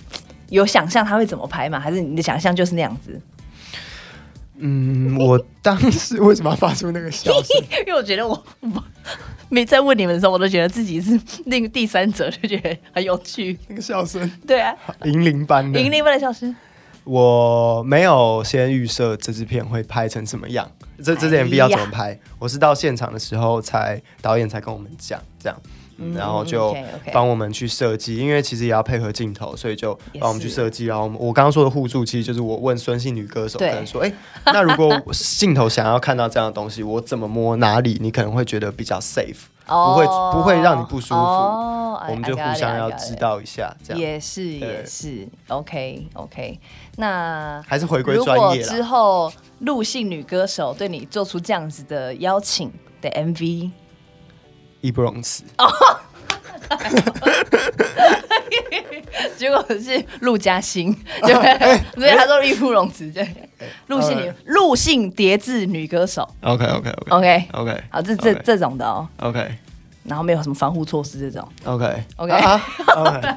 有想象他会怎么拍吗？还是你的想象就是那样子？ <laughs>
嗯，我当时为什么要发出那个笑声？
因为我觉得我我没在问你们的时候，我都觉得自己是另第三者，就觉得很有趣。
那个笑声，
<laughs> 对啊，
银铃般的。
盈利为了消失，
我没有先预设这支片会拍成什么样，这这支
哎呀
MV 要怎么拍，我是到现场的时候才导演才跟我们讲这样。嗯然后就
OK，OK
帮我们去设计，因为其实也要配合镜头，所以就
也
帮我们去
是
设计。然后我们我刚刚说的互助，其实就是我问孙姓女歌手，可
对
能说，哎，那如果镜头想要看到这样的东西，我怎么摸哪里，你可能会觉得比较 safe，不会不会让你不舒服
哦
我们就
I- I
互
got it，
相
I
要
got it
知道一下，这样
也是
对
也是，OK OK。那
还是回归
如
专
果
业啦
之。后陆姓女歌手对你做出这样子的邀请的 MV，
义不容辞。
<laughs> 结果是陆
<laughs>
嘉欣，
哎
对，所以他说义不容辞，对，陆姓女陆姓叠字女歌手
OK OK OK
，OK，
OK，
好，这这
OK
这种的哦，
OK
然后没有什么防护措施这种。
OK
OK
啊啊 OK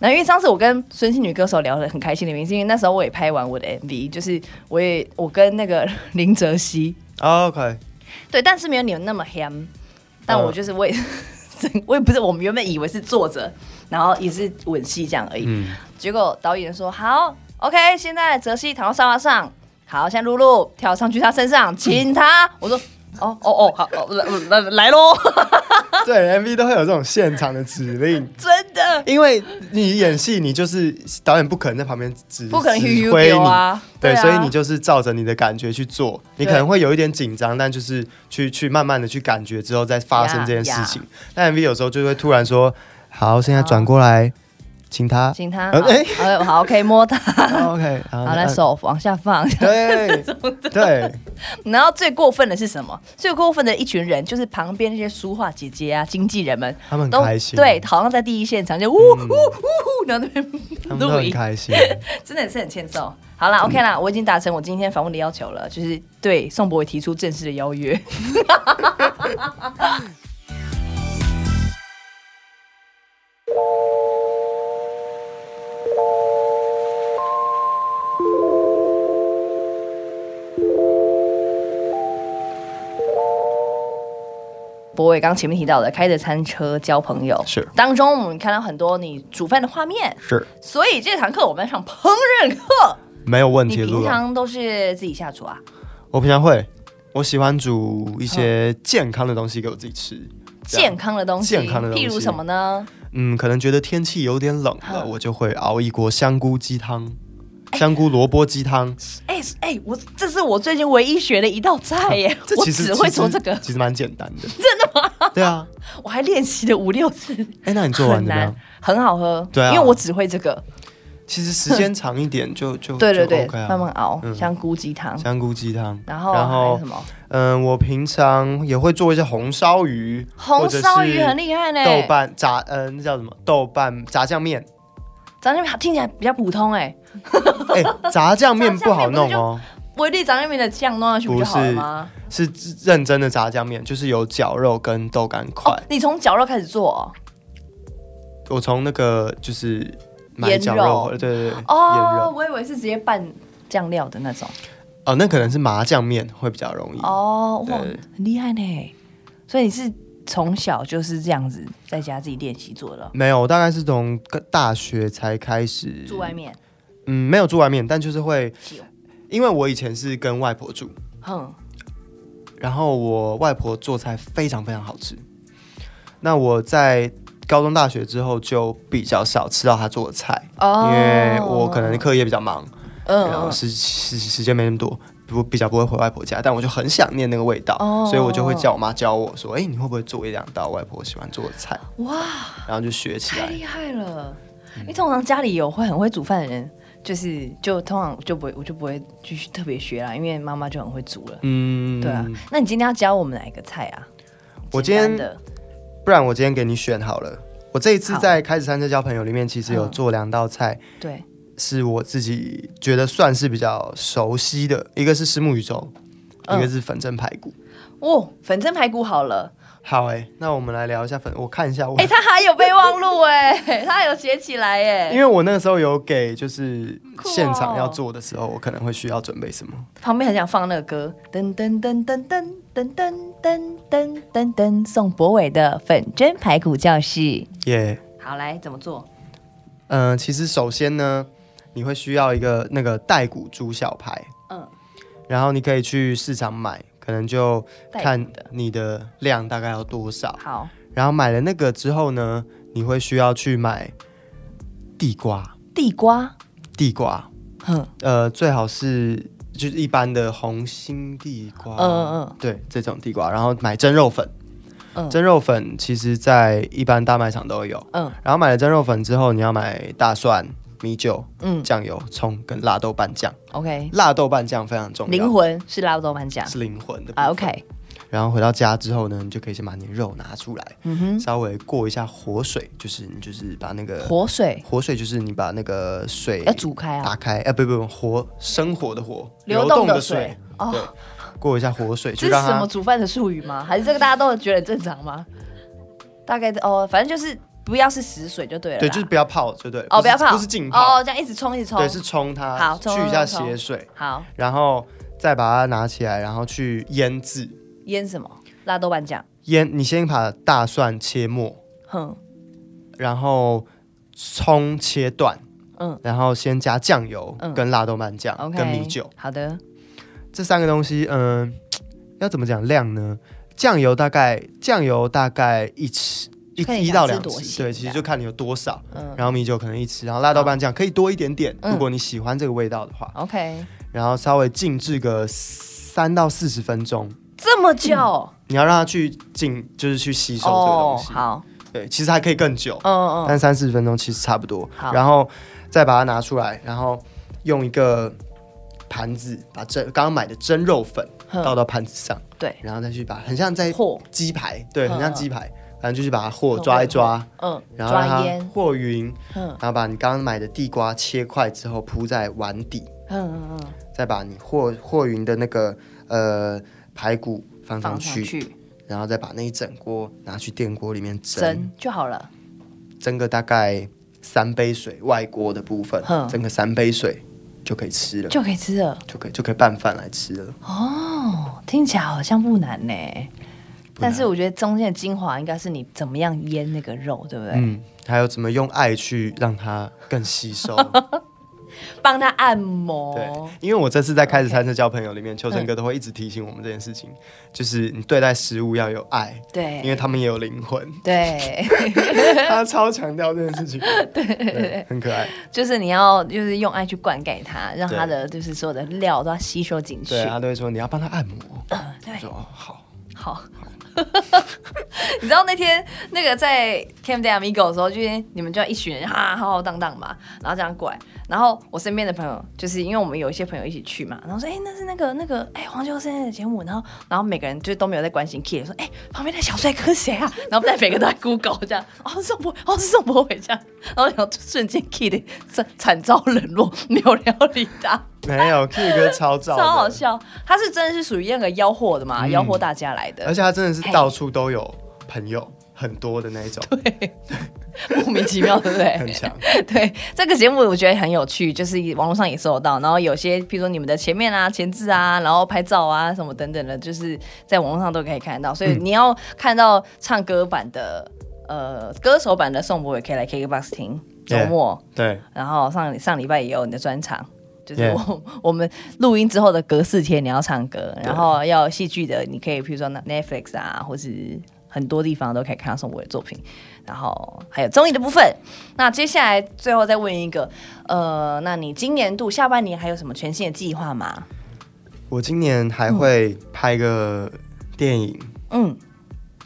那因为上次我跟孙姓女歌手聊得很开心的原因，是因为那时候我也拍完我的 MV，就是我也我跟那个林哲熙， <laughs>
OK，
对，但是没有你们那么 ham，但
嗯
我就是我也、我也不是我们原本以为是坐着，然后也是吻戏这样而已，
嗯，
结果导演说好，OK，现在泽熙躺到沙发上，好，现在露露跳上去他身上亲他，我说哦哦哦，好，哦来来来喽，
对 MV 都会有这种现场的指令，
真的
因为你演戏，你就是导演不可能在旁边指
不可能
指
huu
挥
丢
你，
啊，
对，
啊
所以你就是照着你的感觉去做，你可能
对
会有一点紧张，但就是去去慢慢的去感觉之后再发生
呀
这件
呀
事情。那 MV 有时候就会突然说，好，现在转过来，请他
亲他，
呃哎
好呃好，OK，摸他，
啊 OK，好
<laughs> 好，来，手往下放。 <laughs>
对对，
然后最过分的是什么？最过分的一群人就是旁边那些书画姐姐啊、经纪人们，
他们
都
很开心，嗯
对，，好像在第一现场就呜呜呜呜，然后那
他
边
们都
录
很
影，
开心。
<laughs> 真的也是很欠揍。好啦 o k 啦，我已经达成我今天访问的要求了，就是对宋博伟提出正式的邀约。 <laughs> 博伟刚前面提到的，开着餐车交朋友，
是
当中我们看到很多你煮饭的画面，
是
所以这堂课我们要上烹饪课。
没有问
你
题的，
平
陆老
常都是自己下厨啊？
我平常会，我喜欢煮一些健康的东西给我自己吃。这样
健康的东西，
健康的东西
譬如什么呢？
嗯，可能觉得天气有点冷
嗯
了，我就会熬一锅香菇鸡汤、香菇萝卜鸡汤。
哎哎，我这是我最近唯一学的一道菜耶，
<laughs> 这
我
其实
只会做
其实
这个，
其实蛮简单
<laughs>
的。真的吗？对啊。
我还练习了五六次，
哎， <laughs> 那你做完
很
怎么
难
样？，
很好喝，
对啊
因为我只会这个，
其实时间长一点就就
<laughs> 对对
就
对，
OK 啊
慢慢熬，
嗯
香菇鸡汤，
香菇鸡汤。
然后
然
还有
后
什么
嗯，我平常也会做一些红烧鱼，
红烧鱼很
厉
厉害呢，
豆瓣炸，嗯、那叫什么？豆瓣炸酱面。
炸酱面听起来比较普通哎，
<laughs> 哎、炸酱面不好
炸酱面不
弄
是就
哦。
威力炸酱面的酱弄上去不就好了吗？
是认真的炸酱面，就是有绞肉跟豆干块。
哦，你从绞肉开始做哦，
我从那个就是买
腌
绞
肉
肉，对对对，腌
哦
肉。
我以为是直接拌酱料的那种。
哦，那可能是麻酱面会比较容易。
哦，哇，
对
很厉害呢！所以你是从小就是这样子在家自己练习做的，
没有，我大概是从大学才开始
住外。面，哦
嗯，没有住外面，但就是会
喜，
因为我以前是跟外婆住，
哼，
然后我外婆做菜非常非常好吃。那我在高中、大学之后就比较少吃到她做的菜，
哦
因为我可能课业比较忙，然后
嗯，
时时时间没那么多，不比较不会回外婆家，但我就很想念那个味道，
哦
所以我就会叫我妈教我说，哎、你会不会做一两道外婆喜欢做的菜？
嗯哇，
然后就学起
太
来。
厉害了！因为通常家里有会很会煮饭的人，就是就通常就不会，我就不会继续特别学啦，因为妈妈就很会煮了。
嗯，
对啊，那你今天要教我们哪一个菜啊？
我今
简单
天
的
不然我今天给你选好了。我这一次
好
在开始三车交朋友里面，其实有
嗯
做两道菜，
对
是我自己觉得算是比较熟悉的，一个是石木鱼粥，
嗯
一个是粉蒸排骨。
哦，粉蒸排骨好了。
好哎、那我们来聊一下粉，我看一下我， <laughs>
哎、他还有备忘录哎、 <laughs> 他还有写起来哎、
因为我那个时候有给就是
酷哦
现场要做的时候，我可能会需要准备什么。
旁边很想放那个歌，噔噔噔噔噔噔噔噔噔噔噔，宋博伟的《粉蒸排骨教室》。
耶、
好，来怎么做？
嗯、其实首先呢，你会需要一个那个带骨猪小排，
嗯，
然后你可以去市场买，可能就
带
看
骨的
你的量大概要多少。
好，
然后买了那个之后呢，你会需要去买地瓜，
地瓜，
地瓜，
哼，
呃，最好是就是一般的红心地瓜，
嗯嗯
对，这种地瓜，然后买蒸肉粉，
嗯
蒸肉粉其实在一般大卖场都有。
嗯
然后买了蒸肉粉之后，你要买大蒜、米酒、
嗯
酱油、葱跟辣豆瓣酱，
，OK，
辣豆瓣酱非常重要，
灵魂是拉豆瓣酱
是灵魂的部分
啊，OK，
然后回到家之后呢，你就可以先把你的肉拿出来，
嗯哼，
稍微过一下火水，就是你就是把那个
活水
火水就是你把那个水
要煮开啊，
打开，哎、不不不，火生火的火，
流
动
动
的
的水
对，
哦，
过一下火水，
这
就是让
什么
它
煮饭的术语吗？还是这个大家都觉得很正常吗？大概哦，反正就是不要是死水就对了啦，
对，就是不要泡，对不对？
啊哦，
是
不要泡，
不是浸泡，
哦，这样一直冲一直冲，
对，是冲它，
好
去
冲
一下
冲冲
血水，
好
然后再把它拿起来，然后去腌制。
腌什么？拉豆瓣酱，
腌，你先把大蒜切末，
哼，
然后葱切断，
嗯
然后先加酱油、
嗯
跟辣豆瓣酱、
，OK，
跟米酒
好的，
这三个东西，嗯、要怎么讲量呢？酱油大概酱油大概一匙一
就看你
一
想
到
吃
两
多
匙，
咸
对，
这
其实
样
就看你有多少。
嗯
然后米酒可能一匙，然后辣豆瓣酱可以多一点点，
嗯
如果你喜欢这个味道的话，
，OK，
然后稍微静置个三到四十分钟，
这么久哦，
你要让它去静，就是去吸收这个东西。哦
好，
对，其实还可以更久，
嗯嗯
但三四十分钟其实差不多
好。
然后再把它拿出来，然后用一个盘子把蒸刚刚买的蒸肉粉
嗯，
倒到盘子上，
对，
然后再去把很像在
和，
鸡排，对，
嗯
很像鸡排，反正就是把它和
嗯
抓一抓，
嗯，
然后让
抓
它
腌，
和匀，
嗯
然后把你刚刚买的地瓜切块之后铺在碗底，
嗯嗯嗯，
再把你和和匀的那个呃排骨放上
放上
去，
去
然后再把那一整锅拿去电锅里面蒸，
蒸就好了，
蒸个大概三杯水，外锅的部分
哼
蒸个三杯水就可以吃了，
就可以吃了。
就可以就可以拌饭来吃了。
哦，听起来好像不难呢。
不难
但是我觉得中间的精华应该是你怎么样腌那个肉，对不对？
嗯，还有怎么用爱去让它更吸
<laughs>
收？
哦帮它按摩。
对，因为我这次在开始餐车交朋友里面，秋生哥都会一直提醒我们这件事情，就是你对待食物要有爱，因
嗯对
为他们也有灵
<laughs>
魂。
对，
他超强调这件
<laughs>
事情，对对，很可爱。
就是你要就是用爱去灌溉它，让
对
它的就是所有的料都要吸收进去。
对，啊他都会说你要帮他按摩。
嗯对
我说哦好，
好。 <laughs> 你知道那天那个在 Camp de Amigo 的时候，就是你们就要一群人哈浩浩荡荡嘛，然后这样过来，然后我身边的朋友，就是因为我们有一些朋友一起去嘛，然后说哎、那是那个那个哎、黄秋生的节目，然后然后每个人就都没有在关心 Key，说哎、旁边那小帅哥是谁啊？然后在每个都在 Google 这样，哦是宋博，哦是宋博伟这样，然后然后瞬间 Key 的惨惨遭冷落，没有人要理他。
没有 K 哥超照，
超好，笑，他是真的是属于那个吆喝的嘛，
嗯
吆喝大家来的
而，且他真的是到处都有朋友，很多的那一
<laughs>
种，
莫名其妙，对不对？
很强。
<laughs> 对这个节目，我觉得很有趣，就是网络上也搜得到。然后有些，譬如说你们的前面啊、前置啊，然后拍照啊什么等等的，就是在网络上都可以看得到。
嗯
所以你要看到唱歌版的、呃歌手版的宋博，也可以来 KKBOX 听周
Yeah
末。
对，
然后上上礼拜也有你的专场。就是
Yeah
我 <laughs> 我们录音之后的隔四天你要唱歌，然后要戏剧的，你可以比如说 Netflix 啊，或是很多地方都可以看到宋博的作品，然后还有综艺的部分。那接下来最后再问一个，呃，那你今年度下半年还有什么全新的计划 <laughs> 吗？
我今年还会拍个电影，
嗯，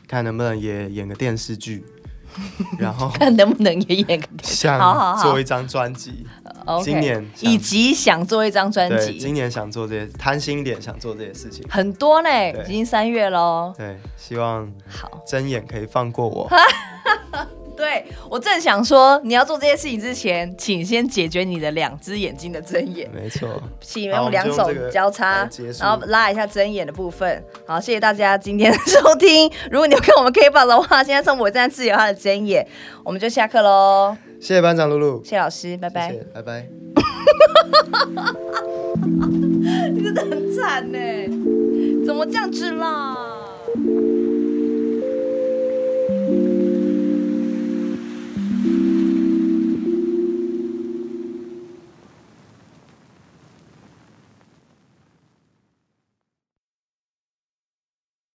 看能不能也演个电视
<laughs>
剧，然后
看能不能也演个电好好
想
好
做一张专辑。
o k
今年想
以及想做一张专
对，今
辑，
年想做这些，贪心一点想做这些事情。
很多呢，
对
已经三月喽。
对，希望
好，
睁眼可以放过我。
对我正想说，你要做这些事情之前，请先解决你的两只眼睛的睁眼。
没错，
请
嗯好我
用
们
两
就用
手
这个
交叉
来结，束
然后拉一下睁眼的部分。好，谢谢大家今天的收听。如果你有看我们 K 榜的话，现在宋博在自由他的睁眼，我们就下课喽。
谢谢班长露露，
谢谢老师，拜拜。
谢谢，拜拜。
你真的很惨呢，怎么这样子啦？